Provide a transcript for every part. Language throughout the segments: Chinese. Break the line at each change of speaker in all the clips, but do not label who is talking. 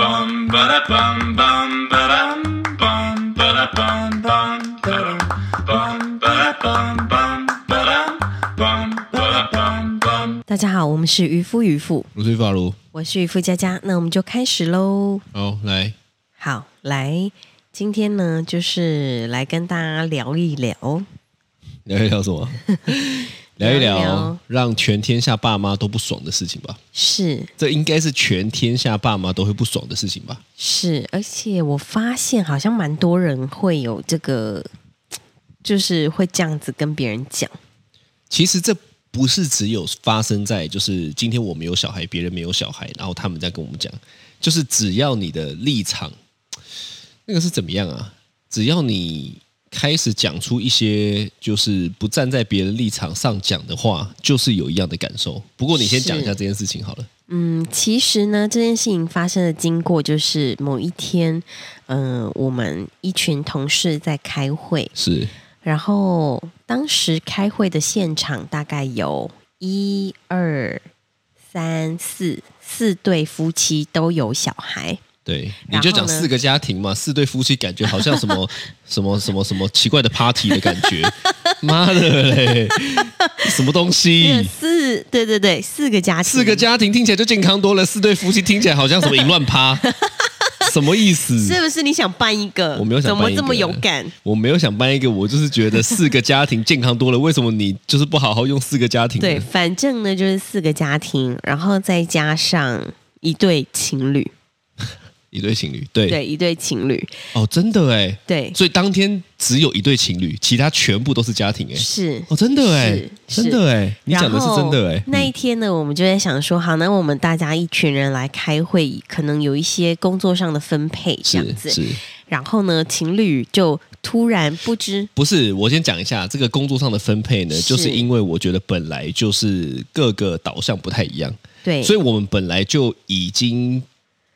bum ba da bum bum ba dum bum ba da bum bum ba dum bum ba da bum bum ba dum bum ba da bum bum
大家好，我们是渔夫渔妇，
我是法如，
我是渔夫佳佳，那我们就开始喽。
好来，
好，来，今天呢，就是来跟大家聊一聊，
聊一聊什 么？聊一
聊一
聊
聊
让全天下爸妈都不爽的事情吧。
是
这应该是全天下爸妈都会不爽的事情吧？
是，而且我发现好像蛮多人会有这个，就是会这样子跟别人讲，
其实这不是只有发生在就是今天我没有小孩，别人没有小孩，然后他们在跟我们讲，就是只要你的立场，那个是怎么样啊？只要你开始讲出一些就是不站在别人立场上讲的话，就是有一样的感受。不过你先讲一下
是
这件事情好了。
嗯，其实呢，这件事情发生的经过就是某一天，嗯、我们一群同事在开会，
是
然后当时开会的现场大概有一二三四四对夫妻都有小孩，
对，
然
你
后
就讲
呢
四个家庭嘛，四对夫妻，感觉好像什 么什么什么什么奇怪的 party 的感觉，妈的嘞，什么东
这
西？
四对对对，四个家庭，
嗯四个家庭听起来就健康多了，四对夫妻听起来好像什么淫乱趴，什么意思？
是不是你想办一个？
我没有想
怎么
办一
这么
个嗯
有感？
我没有想办一个，我就是觉得四个家庭健康多了，为什么你就是不好好用四个家庭呢？
对，反正呢就是四个家庭，然后再加上一对情侣，
一对情侣，对
对，一对情侣，
哦，真的哎，
对，
所以当天只有一对情侣，其他全部都是家庭哎，
是
哦，真的哎，
是
真的哎，你讲的是真的哎，
那一天呢，我们就在想说，好，那我们大家一群人来开会，可能有一些工作上的分配这样
是
子。
是，
然后呢，情侣就突然不知
不是？我先讲一下这个工作上的分配呢，
是
就是因为我觉得本来就是各个导向不太一样，
对，
所以我们本来就已经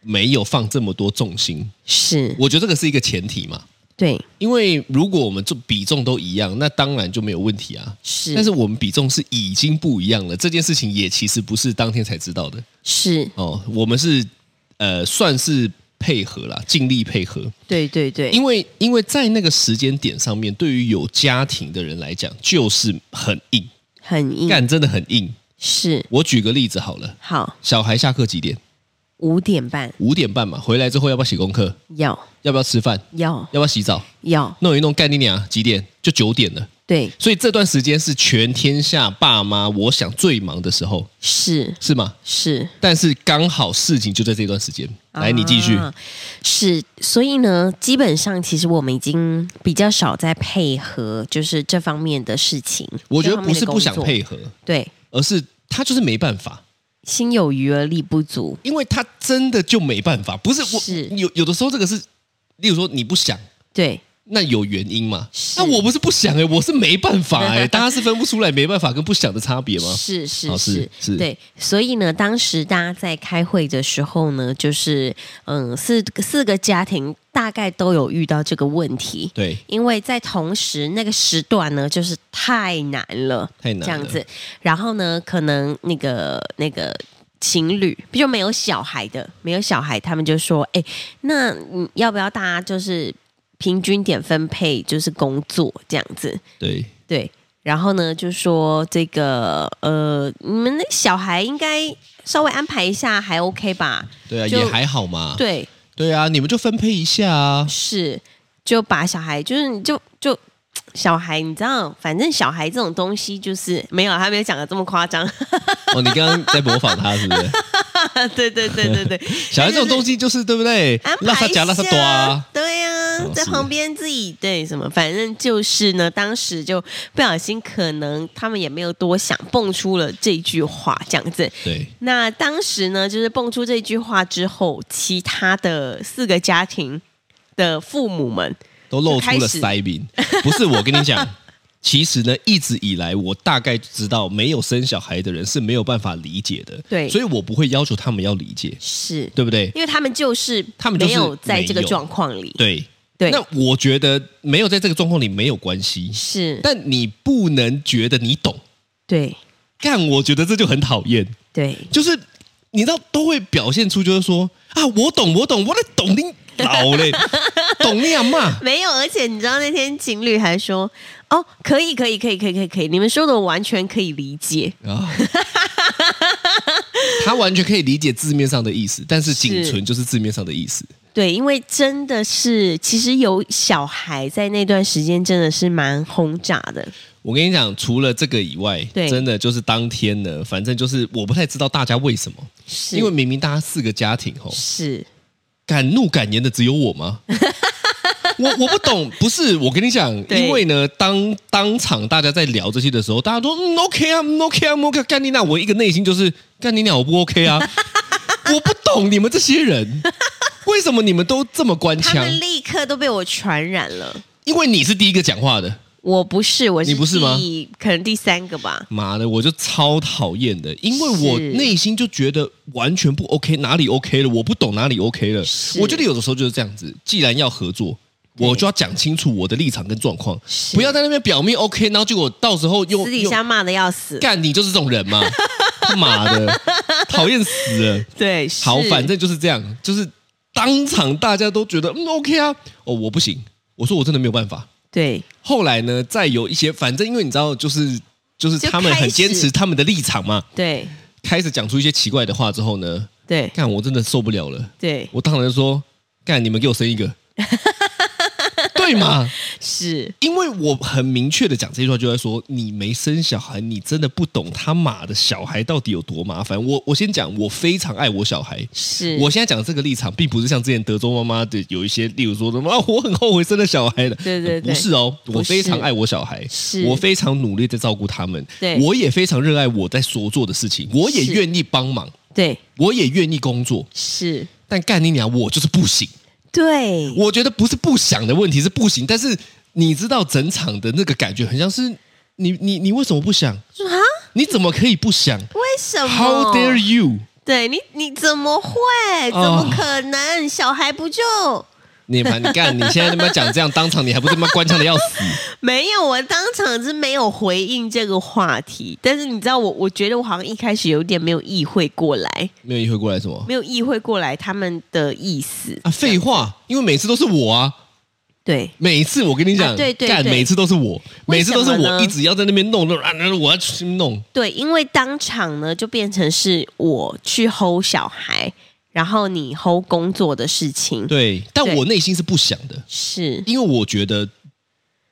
没有放这么多重心。
是
我觉得这个是一个前提嘛，
对
因为如果我们重比重都一样，那当然就没有问题啊。
是，
但是我们比重是已经不一样了，这件事情也其实不是当天才知道的
是
哦。我们是呃，算是配合啦，尽力配合。
对对对
因为因为在那个时间点上面，对于有家庭的人来讲，就是很硬，
很硬
干真的很硬。
是
我举个例子好了，
好
小孩下课几点？
五点半
五点半嘛，回来之后要不要写功课？
要
要不要吃饭？
要
要不要洗澡？
要
弄一弄干你娘，几点？就九点了。
对
所以这段时间是全天下爸妈我想最忙的时候，
是
是吗？
是
但是刚好事情就在这段时间。来，你继续。
啊是，所以呢，基本上其实我们已经比较少在配合，就是这方面的事情。
我觉
这
得
方
不
面的
是不
工
想
作，
配合，
对，
而是他就是没办法。
心有余而力不足。
因为他真的就没办法，不是我
是
有有的时候这个是，例如说你不想，
对，
那有原因嘛
是？
那我不是不想哎、我是没办法哎、 大家是分不出来没办法跟不想的差别吗？
是是
哦
是
是是
对。所以呢，当时大家在开会的时候呢，就是嗯，四四个家庭大概都有遇到这个问题。
对，
因为在同时那个时段呢，就是太难了，
太难了
这样子。然后呢，可能那个那个情侣，比如没有小孩的，没有小孩，他们就说：“哎，那你要不要大家就是平均点分配，就是工作这样子
对，？”
对。然后呢，就说这个呃，你们那小孩应该稍微安排一下，还 OK 吧？
对啊，
就
也还好嘛。
对，
对啊，你们就分配一 下啊。
是就把小孩，就是你就就小孩，你知道，反正小孩这种东西就是没有，啊他没有讲的这么夸张。
哦，你刚刚在模仿他是不是？
对对对对对，
小孩这种东西就是对不对
安？
拉
排
萨
一下
夹拉萨多啊。
对呀、
哦
在
是
旁边自己对什么，反正就是呢，当时就不小心，可能他们也没有多想，蹦出了这句话这样子。
对，
那当时呢，就是蹦出这句话之后，其他的四个家庭的父母们
都露出
就开
了
始
腮饼。不是我跟你讲， 其实呢，一直以来我大概知道，没有生小孩的人是没有办法理解的。
对
所以我不会要求他们要理解，
是
对不对？
因为他们就是
他们就是
没有在这个
没有
状况里，
对。
对
那我觉得没有在这个状况里没有关系，
是，
但你不能觉得你懂。
对
干，我觉得这就很讨厌，
对
就是你知道都会表现出就是说啊，我懂，我懂，我在懂你老 嘞，懂你阿妈。
没有，而且你知道那天情侣还说，哦，可以，可以，可以，可以，可以，可以，你们说的我完全可以理解。
啊， 他完全可以理解字面上的意思，但是仅
是
存就是字面上的意思。
对，因为真的是，其实有小孩在那段时间真的是蛮轰炸的。
我跟你讲，除了这个以外，
对
真的就是当天呢，反正就是我不太知道大家为什么，
是
因为明明大家四个家庭吼，
是
敢怒敢言的只有 我吗？我我不懂，不是我跟你讲，
对
因为呢，当当场大家在聊这些的时候，大家都嗯 OK 啊，嗯 OK 啊嗯，OK 啊干你娜，我一个内心就是干你娜，我不 OK 啊，我不懂你们这些人，为什么你们都这么官
他
腔？
们立刻都被我传染了。
因为你是第一个讲话的，
我不是，我是
你不是吗
第可能第三个吧。
妈的，我就超讨厌的，因为我
是
内心就觉得完全不 OK，哪里 OK 了，我不懂哪里 OK 了
是。
我觉得有的时候就是这样子，既然要合作，我就要讲清楚我的立场跟状况，不要在那边表面 OK，然后结果到时候又
私底
又
下骂的要死。
干你就是这种 人嘛，妈的，讨厌死了。
对，
好，
是
反正就是这样，就是当场大家都觉得嗯 OK 啊，哦我不行，我说我真的没有办法，
对
后来呢，再有一些，反正因为你知道，就是就是他们很坚
就开
持
始
他们的立场嘛，
对
开始讲出一些奇怪的话之后呢，
对
干我真的受不了了，
对，
我当然说干你们给我生一个， 对嘛？
是
因为我很明确的讲这一段，就在说你没生小孩，你真的不懂他妈的小孩到底有多麻烦。我我先讲，我非常爱我小孩，
是，
我现在讲的这个立场，并不是像之前德州妈妈的有一些，例如说什么、啊、我很后悔生了小孩的，
对对对
不是哦，
是
我非常爱我小孩，
是
我非常努力在照顾他们，
对
我也非常热爱我在所做的事情，我也
是
愿意帮忙，
对
我也愿意工作，
是，
但干你娘，我就是不行。
对
我觉得不是不想的问题，是不行。但是你知道，整场的那个感觉很像是你你你为什么不想？
啊，
你怎么可以不想
为什么
？How dare you？
对你你怎么会？怎
哦
么可能？小孩不就
你把你干，你现在他妈讲这样，当场你还不是他妈官腔的要死？
没有？我当场是没有回应这个话题，但是你知道我，我觉得我好像一开始有点没有意会过来，
没有意会过来什么
没有意会过来他们的意思。
啊？废话，因为每次都是我啊，
对，
每次我跟你讲，
啊对对
干
对
每次都是我，每
为
次
什
都
么
是
呢
我一直要在那边弄弄啊，那我要去弄，
对，因为当场呢就变成是我去吼小孩，然后你吼工作的事情。，
对，但
对
我内心是不想的，
是
因为我觉得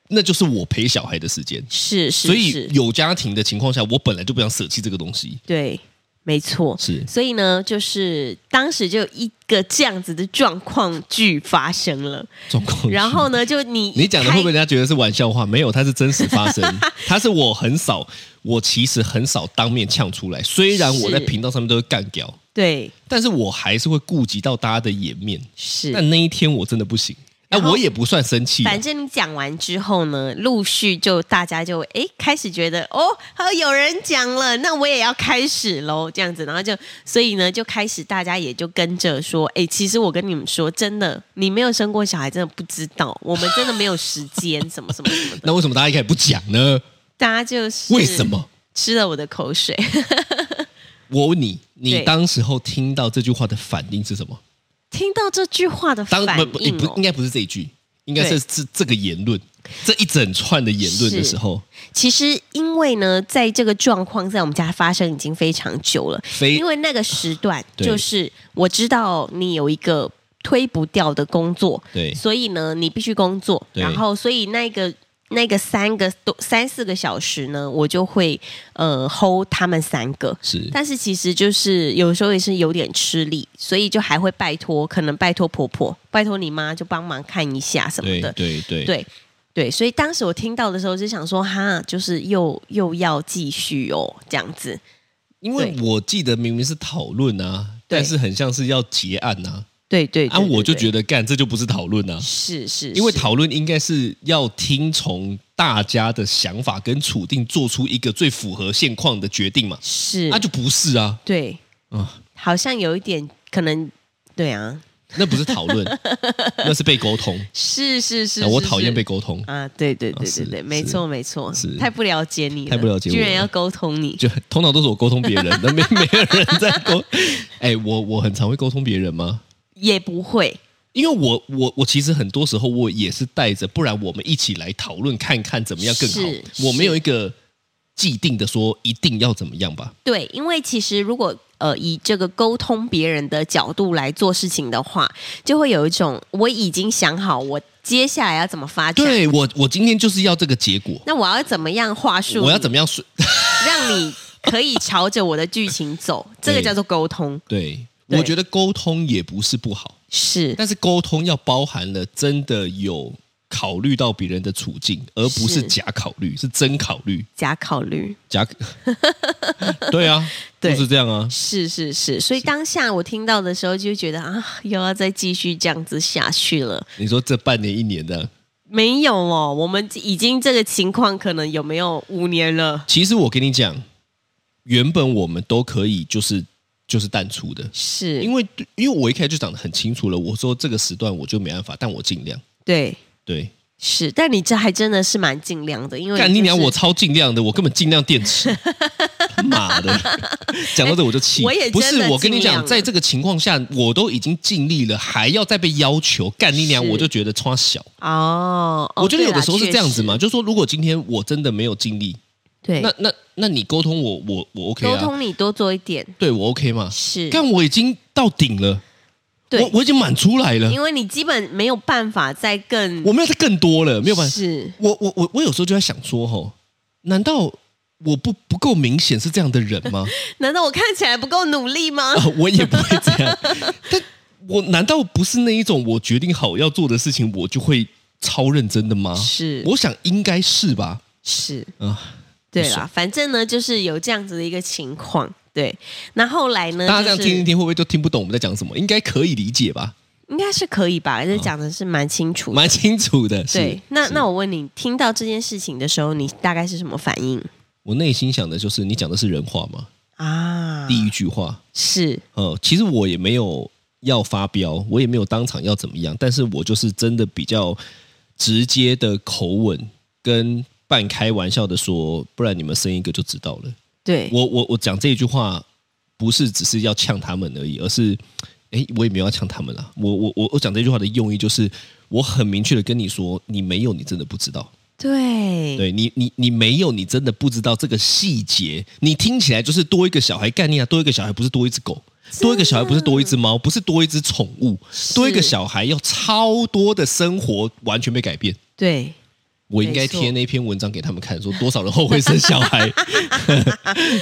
那就是我陪小孩的时间，
是是，
所以
是
有家庭的情况下，我本来就不想舍弃这个东西，
对，没错。
是
所以呢，就是当时就有一个这样子的状况剧发生了。
状况。
然后呢，就你
嗯你讲的会不会人
开
家觉得是玩笑话？没有，它是真实 发生，它是我很少，我其实很少当面呛出来，虽然我在
是
频道上面都会干掉。
对
但是我还是会顾及到大家的颜面。
是？
但那一天我真的不行，那
然后
我也不算生气啊，
反正你讲完之后呢，陆续就大家就诶开始觉得哦，好有人讲了，那我也要开始喽，这样子，然后就所以呢，就开始大家也就跟着说，诶，其实我跟你们说，真的，你没有生过小孩，真的不知道，我们真的没有时间，什么什么什么的，
那为什么大家一开始不讲呢？
大家就是
为什么？
吃了我的口水？
我问你，你
对
当时候听到这句话的反应是什么？
听到这句话的反
当
应、
不
哦，
不也不应该不是这一句，应该
对
是是这个言论，这一整串的言论的时候，
其实，因为呢，在这个状况在我们家发生已经非常久了，
非
因为那个时段
对
就是我知道你有一个推不掉的工作，
对
所以呢，你必须工作，
对
然后所以那个。那个三个多三四个小时呢，我就会呃 hold 他们三个，
是
但是其实就是有时候也是有点吃力，所以就还会拜托，可能拜托婆婆，拜托你妈就帮忙看一下什么
对
的。
对对
对对，所以当时我听到的时候就想说，哈，就是又又要继续哦，这样子。
因为
对
我记得明明是讨论啊，
对
但是很像是要结案呐、
对对
啊，啊，我就觉
得
得干这就不是讨论啊，
是是，
因为
是
讨论应该是要听从大家的想法跟处境，做出一个最符合现况的决定嘛。
是
那、就不是啊，
对，
啊，
好像有一点可能，对啊，
那不是讨 论，那是被沟通。
是是是，
啊我
是
讨厌
是
被沟通，
啊，对对对
啊
对
是
对，没
是
错没错
是，
太不了解你了，
太不了解
居
我
然
了
要沟通你，
就 通常都是我沟通别人，那没没有人在沟。哎，我我很常会沟通别人吗？
也不会。
因为我我我其实很多时候我也是带着，不然我们一起来讨论看看怎么样更好
是。
我没有
是
一个既定的说一定要怎么样吧。
对，因为其实如果呃以这个沟通别人的角度来做事情的话，就会有一种我已经想好我接下来要怎么发展，
对我我今天就是要这个结果，
那我要怎么样话术，
我要怎么样顺？
让你可以朝着我的剧情 走，这个
对
叫做沟通。
对，
对
我觉得沟通也不是不好，
是
但是沟通要包含了真的有考虑到别人的处境，而不是
是
假考虑，是真考虑。
假考虑，
假，对啊，
对
就是这样啊。
是是是，所以当下我听到的时候就觉得啊，又要再继续这样子下去了。
你说这半年一年的，
没有哦，我们已经这个情况可能有没有五年了？
其实我跟你讲，原本我们都可以就是就是淡出的，
是
因为因为我一开始就讲的很清楚了，我说这个时段我就没办法，但我尽量。
对。
对，
是，但你这还真的是蛮尽量的，因为
干
就
你
是
娘！我超尽量的，我根本尽量电池。妈的，讲到这我就气。
我也真的
不是，我跟你
尽量
讲，
了
在这个情况下，我都已经尽力了，还要再被要求干你娘，
是
我就觉得穿小。
哦，哦
我觉得有的时候是
对啦
这样子嘛，就说如果今天我真的没有尽力，
确实对，
那那那你沟通我我我 OK
沟
啊？
通你多做一点
对我 OK 吗？
是，
但我已经到顶了，我
对，
我已经满出来了，
因为你基本没有办法再更
我没有再更多了，没有办法。
是
我我我我有时候就在想说，吼，难道我不不够明显是这样的人吗？
难道我看起来不够努力吗？
啊，我也不会这样。但我难道不是那一种我决定好要做的事情，我就会超认真的吗？
是
我想应该是吧。
是
啊，
对
不
啦
爽，
反正呢就是有这样子的一个情况。对，那后来呢？
大家这样
嗯就是
听一听，会不会都听不懂我们在讲什么？应该可以理解吧，
应该是可以吧？这讲的是蛮清楚的。
啊蛮清楚的。是
对，那
是
那我问你，听到这件事情的时候，你大概是什么反应
我内心想的就是，你讲的是人话吗？
啊？
第一句话，
是
呃，其实我也没有要发飙，我也没有当场要怎么样，但是我就是真的比较直接的口吻跟半开玩笑的说，不然你们生一个就知道了。
对，
我我我讲这一句话，不是只是要呛他们而已，而是，诶，我也没有要呛他们啦。我我我我讲这句话的用意就是，我很明确的跟你说，你没有，你真的不知道。
对，
对你你你没有，你真的不知道这个细节。你听起来就是多一个小孩概念啊，多一个小孩不是多一只狗。多一个小孩不是多一只猫，不是多一只宠物，多一个小孩要超多的生活完全被改变。
对，
我应该
没错
贴那篇文章给他们看，说多少人后悔生小 孩，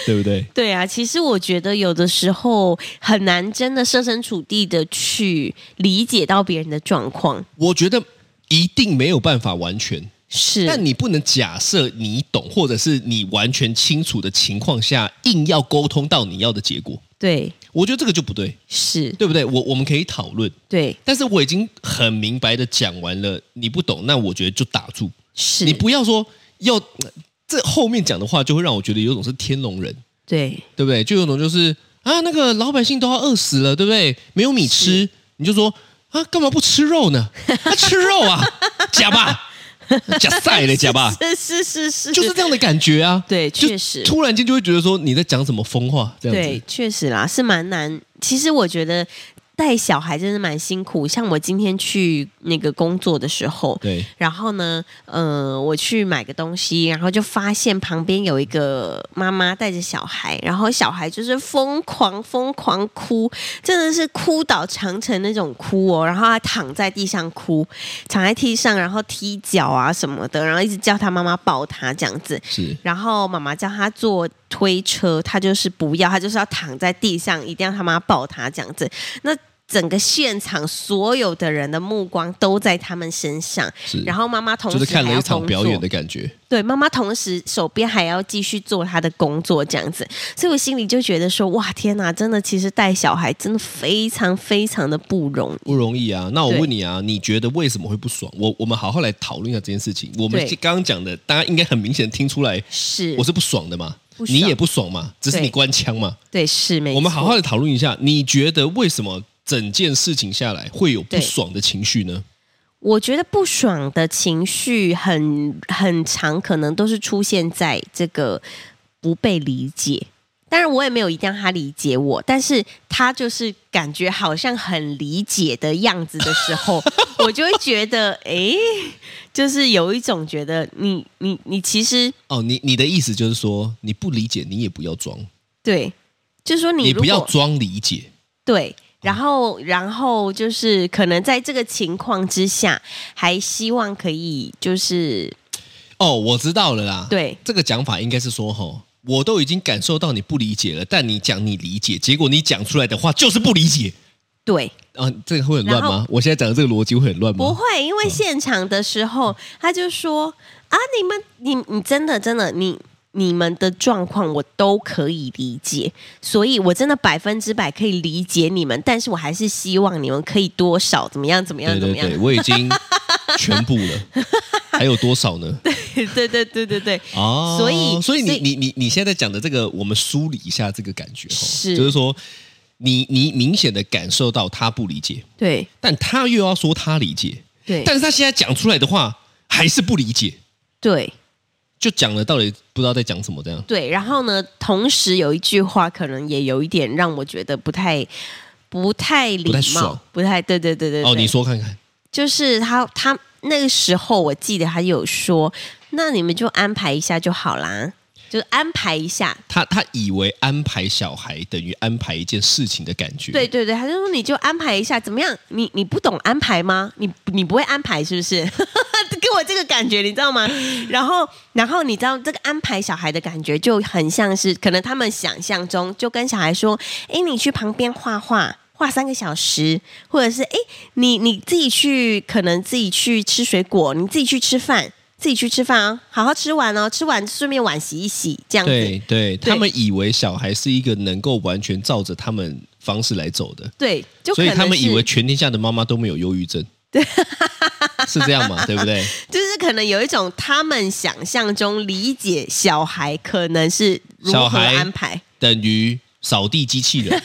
对不对？
对啊，其实我觉得有的时候很难真的设身处地的去理解到别人的状况。
我觉得一定没有办法完全，
是，
但你不能假设你懂，或者是你完全清楚的情况下，硬要沟通到你要的结果，
对，
我觉得这个就不对，
是，
对不对？我我们可以讨论，
对，
但是我已经很明白的讲完了，你不懂，那我觉得就打住，
是，
你不要说要这后面讲的话，就会让我觉得有种是天龙人，
对，
对不对？就有种就是啊，那个老百姓都要饿死了，对不对？没有米吃，你就说啊，干嘛不吃肉呢？啊、吃肉 啊，假吧，假晒了，假吧，
是是是是，
就是这样的感觉啊。
对
就
确实
突然间就会觉得说你在讲什么疯话，这样
对
子，。
确实啦，是蛮难。其实我觉得带小孩真的蛮辛苦。像我今天去那个工作的时候，
对，
然后呢，呃，我去买个东西，然后就发现旁边有一个妈妈带着小孩，然后小孩就是疯狂疯狂哭，真的是哭倒长城那种哭哦，然后他躺在地上哭，躺在地上，然后踢脚啊什么的，然后一直叫他妈妈抱他这样子，
是
然后妈妈叫他坐推车，他就是不要，他就是要躺在地上，一定要他妈抱他这样子。那整个现场所有的人的目光都在他们身上，
是，
然后妈妈同时
就是看了
还要
一场
工
表演
作
的感觉。
对，妈妈同时手边还要继续做她的工作，这样子，所以我心里就觉得说，哇，天哪，真的，其实带小孩真的非常非常的不容易。
不容易啊！那我
对
问你啊，你觉得为什么会不爽？我我们好好来讨论一下这件事情。我们
对
刚刚讲的，大家应该很明显听出来，
是
我，是不爽的嘛，
不爽
你也不爽嘛，只是
对
你官腔嘛。
对，是没错。
我们好好的讨论一下，你觉得为什么整件事情下来会有不
对
爽的情绪呢？
我觉得不爽的情绪很很长，可能都是出现在这个不被理解。当然我也没有一定要他理解我，但是他就是感觉好像很理解的样子的时 候，我就会觉得，诶，就是有一种觉得你你你其实
哦，你你的意思就是说，你不理解，你也不要装，
对，就是说你
你
嗯如果
不要装理解。
对，然后然后就是可能在这个情况之下，还希望可以就是
哦，我知道了啦。，
对
这个讲法应该是说，吼，我都已经感受到你不理解了，但你讲你理解，结果你讲出来的话就是不理解。
对
啊，这个会很乱
然
吗？我现在讲的这个逻辑会很乱
不
吗？
会，因为现场的时
嗯
候他就说啊，你们你你真的真的你。你们的状况我都可以理解，所以我真的百分之百可以理解你们，但是我还是希望你们可以多少怎么样怎么样
对
怎
对
么样，
对，我已经全部了，还有多少呢？
对对对对 对，
哦，
所以
所以
所
你
以
你你你现在在讲的这个，我们梳理一下这个感觉哈，
是
就是说，你你明显的感受到他不理解，
对
但他又要说他理解，
对
但是他现在讲出来的话还是不理解，
对，
就讲了到底不知道在讲什么这样。
对，然后呢，同时有一句话可能也有一点让我觉得不太、不太礼
不太
貌
爽，
不太对对对对
哦，
对
你说看看，
就是他他那个时候，我记得他有说，那你们就安排一下就好啦，就是安排一下。
他他以为安排小孩等于安排一件事情的感觉，
对，对对，他就说你就安排一下，怎么样？你你不懂安排吗？你你不会安排是不是？ 给我这个感觉，你知道吗？然后然后你知道这个安排小孩的感觉就很像是，可能他们想象中就跟小孩说，哎，你去旁边画画。画三个小时，或者是哎，你你自己去，可能自己去吃水果，你自己去吃饭，自己去吃饭哦，好好吃完哦，吃完顺便碗洗一洗，这样子。
对对，
对
他们以为小孩是一个能够完全照着他们方式来走的，
对，就可
所以
能
他们以
是
为全天下的妈妈都没有忧郁症， 是这样嘛？对不对？
就是可能有一种他们想象中理解小孩可能是如
小
何
孩
安排，
等于扫地机 器人，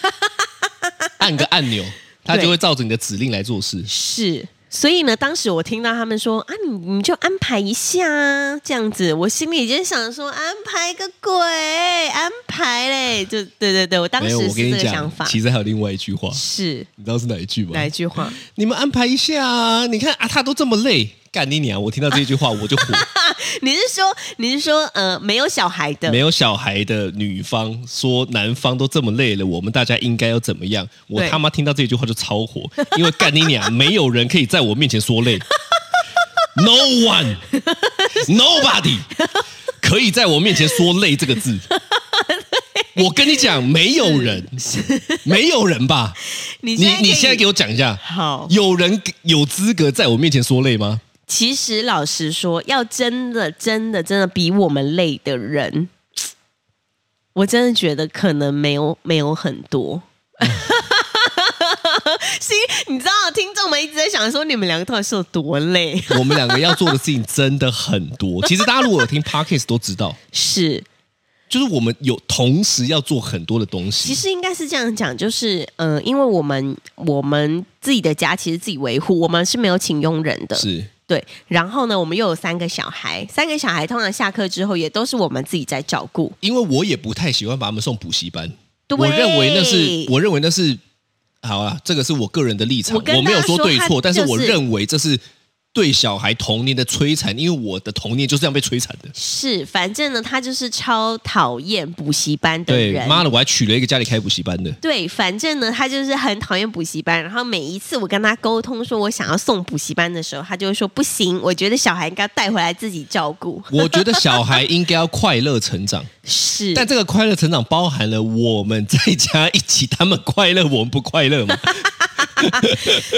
按个按钮，它就会照着你的指令来做事。
是。所以呢，当时我听到他们说啊，你你就安排一下啊，这样子，我心里就想说，安排个鬼，安排嘞，就对对对，我当
没有，
时
我
是
跟你
这个
讲
想法，，
其实还有另外一句话，
是
你知道是哪一句吗
哪？一句话？
你们安排一下啊！你看啊，他都这么累，干你娘！我听到这句话我就火。
你是说你是说呃没有小孩的
没有小孩的女方说男方都这么累了，我们大家应该要怎么样？我
对
他妈听到这句话就超火，因为干你娘，没有人可以在我面前 说累，No one，Nobody 可以在我面前说累这个 字。我跟你讲，没有人，没有人吧？
你
你
现
你现
在
在
可以
给我讲一下，
好，
有人有资格在我面前说累吗？
其实老实说，要真的、真的、真的比我们累的人，我真的觉得可能没有没有很多。 心，你知道，听众们一直在想说，你们两个到底是有多累？
我们两个要做的事情真的很多。其实大家如果有听 Podcast 都知道，
是，
就是我们有同时要做很多的东
其
西。
实应该是这样讲，就是，呃，因为我们我们自己的家其实自己维护，我们是没有请佣人的，
是
对，然后呢，我们又有三个小孩，三个小孩通常下课之后也都是我们自己在照顾。
因为我也不太喜欢把他们送补习班，
对
我认为那是，我认为那是，好啊，这个是我个人的立场，
我跟
我没有说对
大家说
错，但是
他就
我
是
认为这是对小孩童年的摧残，因为我的童年就这样被摧残的。
是，反正呢，他就是超讨厌补习班的
对，
人。
妈的，我还娶了一个家里开补习班的，
对，反正呢，他就是很讨厌补习班。然后每一次我跟他沟通说我想要送补习班的时候，他就会说不行，我觉得小孩应该带回来自己照顾。
我觉得小孩应该要快乐 成长。
是，
但这个快乐成长包含了我们在家一起，他们快乐，我们不快 乐嘛？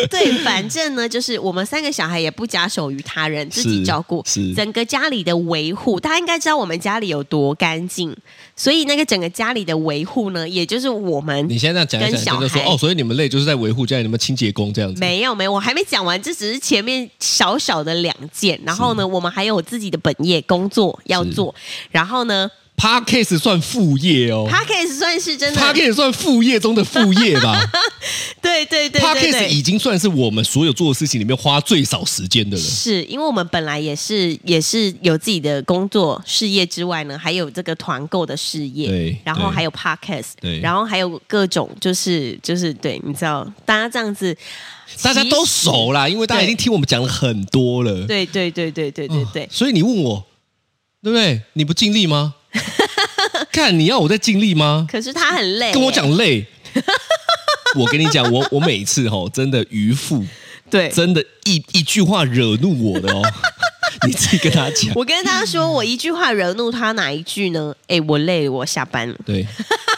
对，反正呢，就是我们三个小孩也不假手于他人，自己
是
照顾
是
整个家里的维护。大家应该知道我们家里有多干净，所以那个整个家里的维护呢，也就是我们
你现在这样讲一讲，
跟
就
小
说
孩
哦，所以你们累就是在维护家里你们清洁工这样子。
没有没有，我还没讲完，这只是前面小小的两件。然后呢，我们还有自己的本业工作要做。然后呢，
Podcast 算副业哦
p o d c a s 算是真的，
，Podcast 算副业中的副业吧。
对 对对对
Podcast
对，
已经算是我们所有做的事情里面花最少时间的了。
是因为我们本来也是也是有自己的工作事业之外呢，还有这个团购的事业，
对
然后
对
还有 Podcast，
对
然后还有各种就是就是对，你知道，大家这样子，
大家都熟啦，因为大家已经听我们讲了很多了。
对对对对对对对，
所以你问我，对不对？你不尽 力吗？看你要我在尽力吗？
可是他很累，
跟我，讲 累。我跟你讲，我我每次吼、真的渔夫
对，
真的一一句话惹怒我的哦， 你自己跟他讲。
我跟大家说，我一句话惹怒他哪一句呢？哎，我累了，我下班了。
对，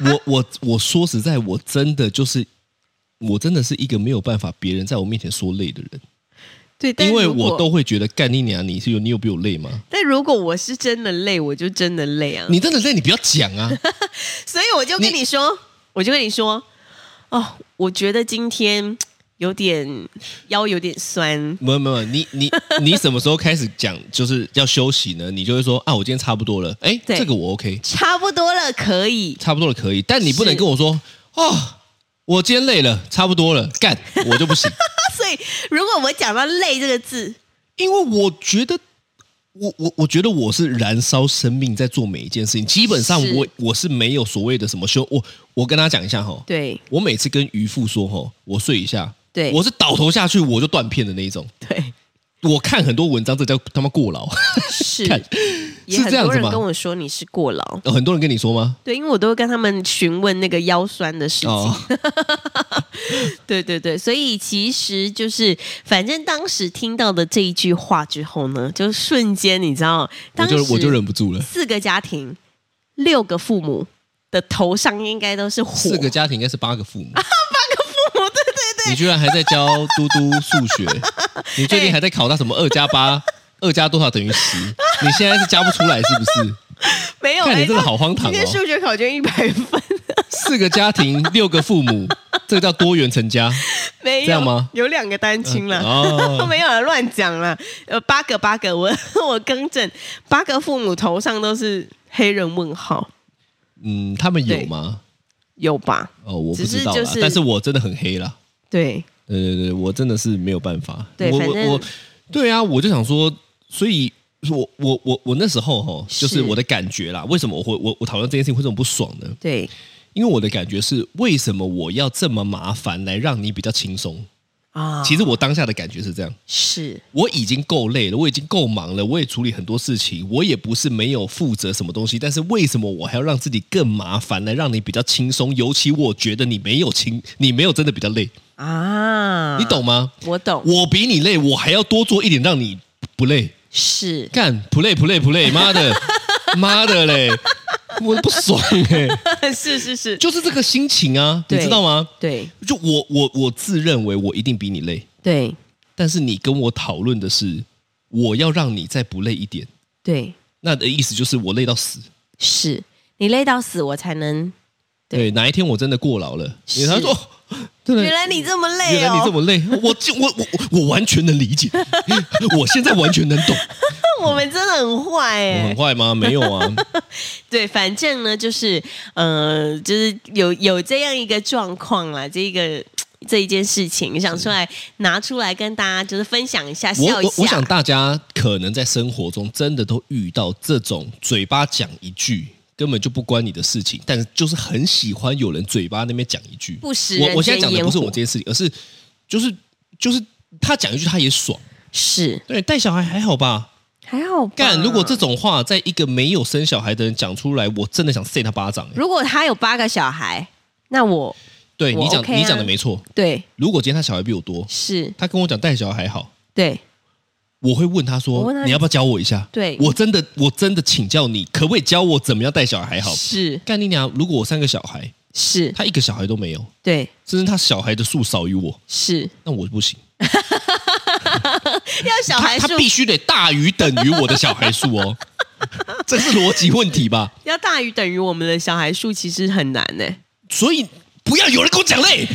我我我说实在，我真的就是，我真的是一个没有办法别人在我面前说累的人，
对，但
因为
如果
我都会觉得干你娘，你是有你有比我累吗？
但如果我是真的累，我就真的累啊。
你真的累，你不要讲啊！
所以我就跟
你
你说，我就跟你说，哦，我觉得今天有点腰有点酸，
没有没有，你你你什么时候开始讲就是要休息呢？你就会说啊，我今天差不多了，哎，
对
这个我 OK，
差不多了，可以。
差不多了可以，但你不能
是
跟我说哦，我今天累了，差不多了，干我就不行。
所以如果我讲到累这个字，
因为我觉得，我我我觉得我是燃烧生命在做每一件事情。基本上
是
我我是没有所谓的什么休。我我跟他讲一下哈，
对
我每次跟渔夫说哈，我睡一下，
对
我是倒头下去我就断片的那一种。
对
我看很多文章，这叫他妈过劳。
是
看，
也
是
很
这样
多
子
人
吗
跟我说你是过劳，
有很多人跟你说吗？
对，因为我都会跟他们询问那个腰酸的事情。
哦，
对对对，所以其实就是，反正当时听到的这一句话之后呢，就瞬间你知道，
我
当时
就我就忍不住了。
四个家庭，六个父母的头上应该都是火，
四个家庭应该是八个父母，
父母，对对对，
你居然还在教嘟嘟数学，你最近还在考那什么二加八，二加多少等于十？你现在是加不出来是不是？
没有，
看你
哎
真的
那
好荒唐哦
今天数学考卷一百分，
四个家庭，六个父 母，这个叫多元成家。
没有
这样吗
有两个单亲了。
哦，
没有啦乱讲啦，呃，八个八个，我 我更正，八个父母头上都是黑人问号，
嗯，他们有吗？
有吧？
哦，我不知道啦，
只是就是
但是我真的很黑啦。
对，
对对对，我真的是没有办法。
对
我
反正
我我，对啊，我就想说，所以我我我我那时候哈，就是
是
我的感觉啦。为什么我会我我讨论这件事情会这么不爽呢？
对，
因为我的感觉是，为什么我要这么麻烦来让你比较轻松？
啊，
其实我当下的感觉是这样。
是
我已经够累了，我已经够忙了，我也处理很多事情，我也不是没有负责什么东西，但是为什么我还要让自己更麻烦来让你比较轻松？尤其我觉得你没有轻，你没有真的比较累，
啊，
你懂吗？
我懂，
我比你累，我还要多做一点让你不累，
是
干不累不累不累，妈的妈的嘞，我不爽哎、
是是是，
就是这个心情啊，你
对
知道吗？
对
就我我我自认为我一定比你累，
对
但是你跟我讨论的是，我要让你再不累一点。
对，
那的意思就是我累到死。
是你累到死我才能。对
对，哪一天我真的过劳了，
是
因为他说，哦真的，
原来你这么累哦，
原来你这么累，我就我我我我完全能理解， 我现在完全能懂。
我们真的很坏
我
哎、
很坏吗？没有 啊，
对，反正呢，就是呃，就是有有这样一个状况啦，这一个这一件事情，想出来拿出来跟大家就是分享一下，
我
笑一
我
下。
我想大家可能在生活中真的都遇到这种嘴巴讲一句。根本就不关你的事情，但是就是很喜欢有人嘴巴那边讲一句。
不食人
我我现
间
在讲的
烟
不是我
火
这件事情，而是就是就是他讲一句他也爽。
是
对，带小孩还好吧？
还好吧
干，如果这种话在一个没有生小孩的人讲出来，我真的想扇他巴掌、欸。
如果他有八个小孩，那我
对
我
你讲、
OK 啊
你讲的没错。
对
如果今天他小孩比我多，
是
他跟我讲带小孩好，
对
我会问他
我
说：“
问他
你要不要教我一下？”
对
我真的我真的请教你，可不可以教我怎么样带小孩好？
是
干你娘！如果我三个小孩，
是
他一个小孩都没有，
对
甚至他小孩的数少于我，
是，
那我不行。
要小
他
孩
他
数
必须得大于等于我的小孩数 哦，这是逻辑问题吧？
要大于等于我们的小孩数，其实很难呢、
所以不要有人跟我讲累。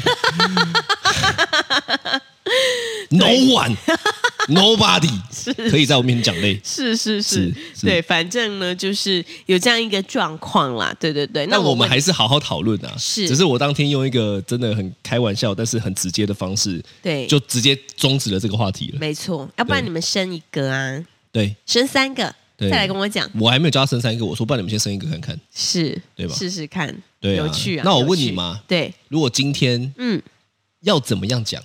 no one， Nobody 可以在我面前讲累。
是是是
是是
对，反正呢就是有这样一个状况啦，对对对。那
但我们
问
还是好好讨论啊，
是
只是我当天用一个真的很开玩笑，但是很直接的方式，
对
就直接终止了这个话题了。
没错，要不然你们生一个啊，
对
生三个，再
对
来跟我讲，
我还没有叫他生三个，我说不然你们先生一个看
嗯
看，
是
对吧
试试看，
对啊
有趣啊。
那我问
有趣
你嘛
对，
如果今天
嗯，
要怎么样讲，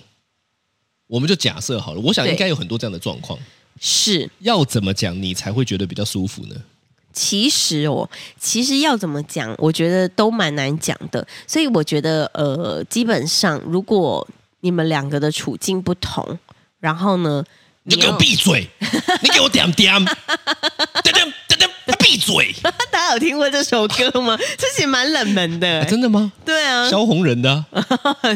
我们就假设好了，我想
对
应该有很多这样的状况，
是。
要怎么讲你才会觉得比较舒服呢？
其实哦，其实要怎么讲，我觉得都蛮难讲的。所以我觉得，呃，基本上如果你们两个的处境不同，然后呢，
你就给我
又
闭嘴！你给我点点，点点点点，闭嘴！
大家有听过这首歌吗？这其实蛮冷门的、
啊真的吗？
对啊，
萧红人的 啊、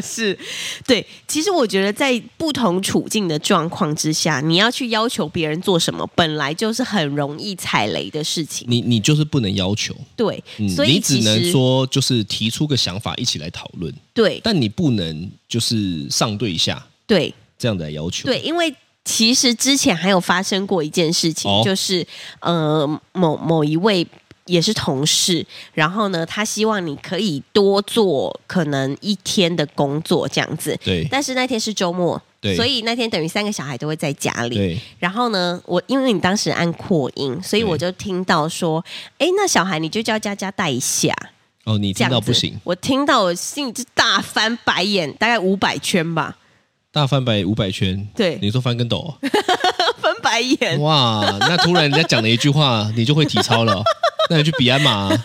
是，对。其实我觉得在不同处境的状况之下，你要去要求别人做什么，本来就是很容易踩雷的事情。
你你就是不能要求，
对，
嗯
所以
你只
其实
能说就是提出个想法一起来讨论，
对
但你不能就是上对下
对
这样子来要求。
对，因为。其实之前还有发生过一件事情，
哦
就是呃，某某一位也是同事，然后呢，他希望你可以多做可能一天的工作这样子，
对
但是那天是周末，
对
所以那天等于三个小孩都会在家里，
对
然后呢，我因为你当时按扩音，所以
对
我就听到说，哎，那小孩你就叫佳佳带一下，
哦，你
这
听
样
到
子
不行，。
我听到我心里就大翻白眼，大概五百圈吧，
大翻白五百圈，
对
你说翻跟斗哦、
翻白眼，
哇，那突然人家讲了一句话，你就会体操了哦、那你去比安马、啊，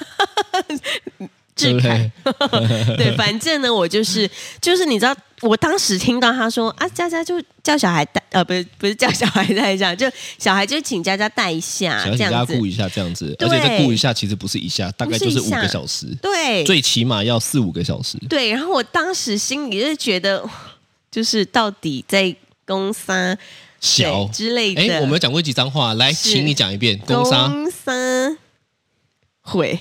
对
志
不
凯
对，？
对，反正呢，我就是就是你知道，我当时听到他说啊，佳佳就叫小孩带，呃，不是不是叫小孩带一下，就小孩就请佳佳带一下
想要
这
请大家
样子
顾，一下这样子，
对
而且再顾一下，其实不是一下，大概就
不
是
是
五
一下
个小时，
对，
最起码要四五个小时。
对，然后我当时心里就觉得，就是到底在攻杀
小
对之类的。
哎，我们有啊讲过一集脏话，来，
是
请你讲一遍。攻
攻
杀，
杀会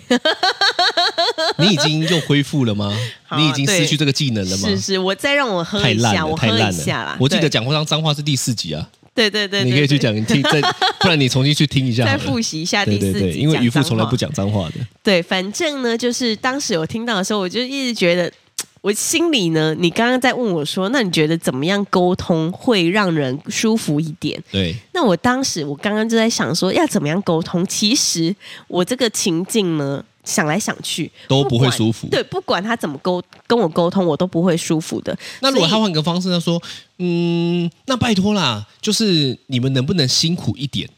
你已经又恢复了吗？
好啊
你已经失去这个技能了吗？
是是，我再让我喝
太
一
烂
下，
了，
我
太
喝一
烂
下啦
了。。我记得
对，
讲过脏脏话是第四集啊，
对对对，
你
对
可以
对
去讲 听，再不然你重新去听一下好
再
了。
复习一下第
对
四
对
集
对，因为
讲
渔夫
脏
从来
话
不讲脏话的。
对，反正呢，就是当时我听到的时候，我就一直觉得，我心里呢，你刚刚在问我说，那你觉得怎么样沟通会让人舒服一点？
对，
那我当时我刚刚就在想说要怎么样沟通，其实我这个情境呢，想来想去
都不会
管
舒服
对，不管他怎么沟跟我沟通，我都不会舒服的。
那如果他
所以
换个方式，他说：“嗯，那拜托啦，就是你们能不能辛苦一点？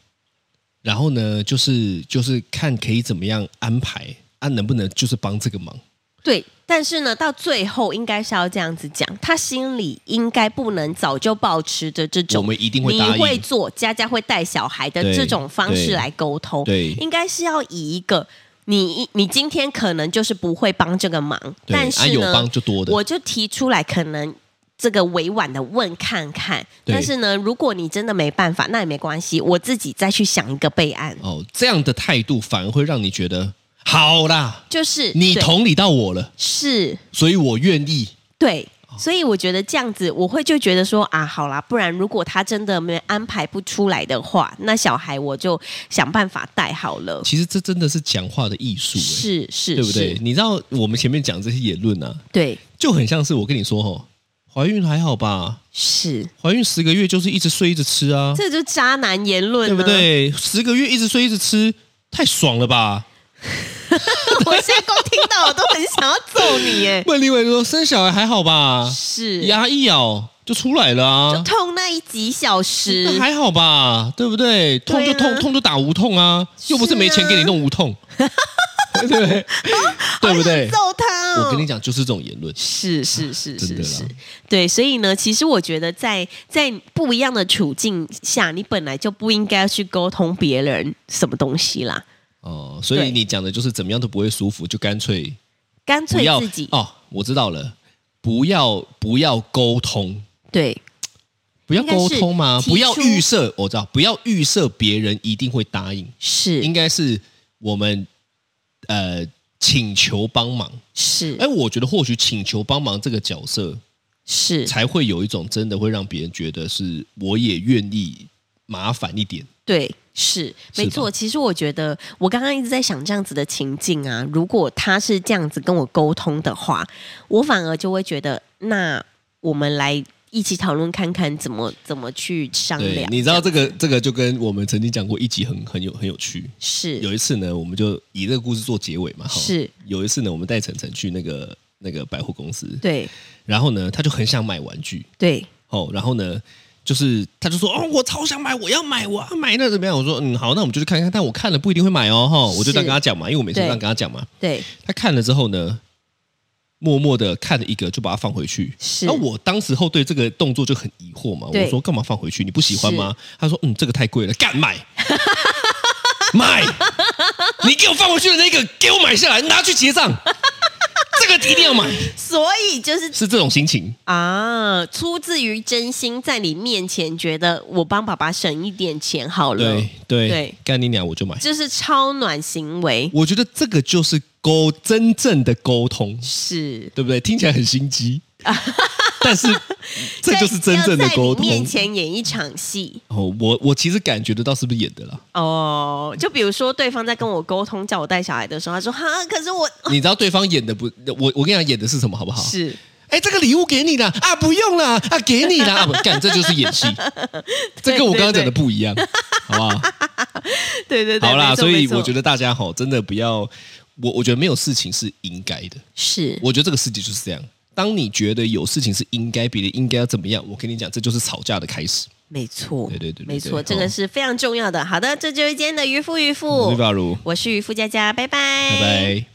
然后呢，就是就是看可以怎么样安排啊，能不能就是帮这个忙？
对，但是呢，到最后应该是要这样子讲，他心里应该不能早就保持着这
我
种
们一定会
你
答
会
应。
做，佳佳会带小孩的
对
这种方式
对
来沟通。
对
应该是要以一个你你今天可能就是不会帮这个忙，
对，
但
啊，
是
有
呢，
帮就多的。
我就提出来，可能这个委婉的问看看。
对
但是呢，如果你真的没办法，那也没关系，我自己再去想一个备案。
哦，这样的态度反而会让你觉得好啦，
就是
你
对
同理到我了，
是
所以我愿意。
对。
哦
所以我觉得这样子，我会就觉得说啊，好啦，不然如果他真的没安排不出来的话，那小孩我就想办法带好了。
其实这真的是讲话的艺术、欸，
是是，
对不对
是？？
你知道我们前面讲这些言论啊，
对，
就很像是我跟你说哦，怀孕还好吧？
是，
怀孕十个月就是一直睡一直吃啊，
这就是渣男言论，
对不？对？十个月一直睡一直吃，太爽了吧？
我现在光听到我都很想要揍你， 哎，
问另外一个说生小孩还好吧？
是，
牙一咬就出来了
就
啊，
痛那一几小时，
那还好吧？对不对？痛就痛，
对啊
痛就打无痛啊，又不是没钱给你弄 无痛，对不对？
哎
对不对？
揍他、哦！
我跟你讲，就是这种言论，
是是是
真的
是
啦
是，对，所以呢，其实我觉得在在不一样的处境下，你本来就不应该去沟通别人什么东西啦，
哦，所以
对
你讲的就是怎么样都不会舒服，就干脆
干
不
脆
要
自己、
哦，我知道了，不要不要沟通，
对
不要沟通吗
应该？是
不要
提出
预设，我知道，不要预设别人一定会答应，应
是
该是我们呃请求帮忙。
是
哎，我觉得或许请求帮忙这个角色
是
才会有一种真的会让别人觉得是我也愿意麻烦一点。
对，是
是
没错。其实我觉得，我刚刚一直在想这样子的情境啊，如果他是这样子跟我沟通的话，我反而就会觉得，那我们来一起讨论看看怎么怎么去商
对
量，。
你知道这个这个就跟我们曾经讲过一集很很有很有趣。有
是
一次呢，我们就以这个故事做结尾嘛。哈
是，
有一次呢，我们带晨晨去那个那个百货公司，
对
然后呢，他就很想买玩具，
对
哦，然后呢，就是他就说，哦，我超想买，我要买，我要买，那怎么样？我说，嗯，好，那我们就去看看，但我看了不一定会买哦，哈、我就这样
是
跟他讲嘛，因为我每次都这样
对
跟他讲嘛。
对，
他看了之后呢，默默的看了一个，就把它放回去。
是
那我当时候对这个动作就很疑惑嘛，
对
我说干嘛放回去？你不喜欢吗？他说嗯，这个太贵了，干买，买，你给我放回去的那个给我买下来，拿去结账，这个一定要买，
所以就是
是这种心情。
啊，出自于真心，在你面前觉得我帮爸爸省一点钱好了
对，对
对
干你娘我就买。
这是超暖行为，
我觉得这个就是沟真正的沟通，
是
对不对？听起来很 心机，但是这就是真正的
要在
沟
你
通。
面前演一场戏。
哦，我我其实感觉得到是不是演 的啦？
哦，就比如说对方在跟我沟通，叫我带小孩的时候，他说：“哈，可是我
你知道对方演的不？我我跟你讲演的是什么好不好？
是
哎，这个礼物给你了啊，不用了啊，给你 了啊，不干这就是演戏，这跟我刚刚讲的不一样，好不好？
对对对，
好啦，所以我觉
得
得大家吼真的不要，我我觉得没有事情是应该的，
是
我觉得这个世界就是这样。当你觉得有事情是应该，别人应该要怎么样，我跟你讲，这就是吵架的开始。
没错，
对对对对对
没错，
哦
这个是非常重要的。好的，这就是今天的渔夫渔
我
夫
是，法如，
我是渔夫佳佳，拜拜，
拜拜。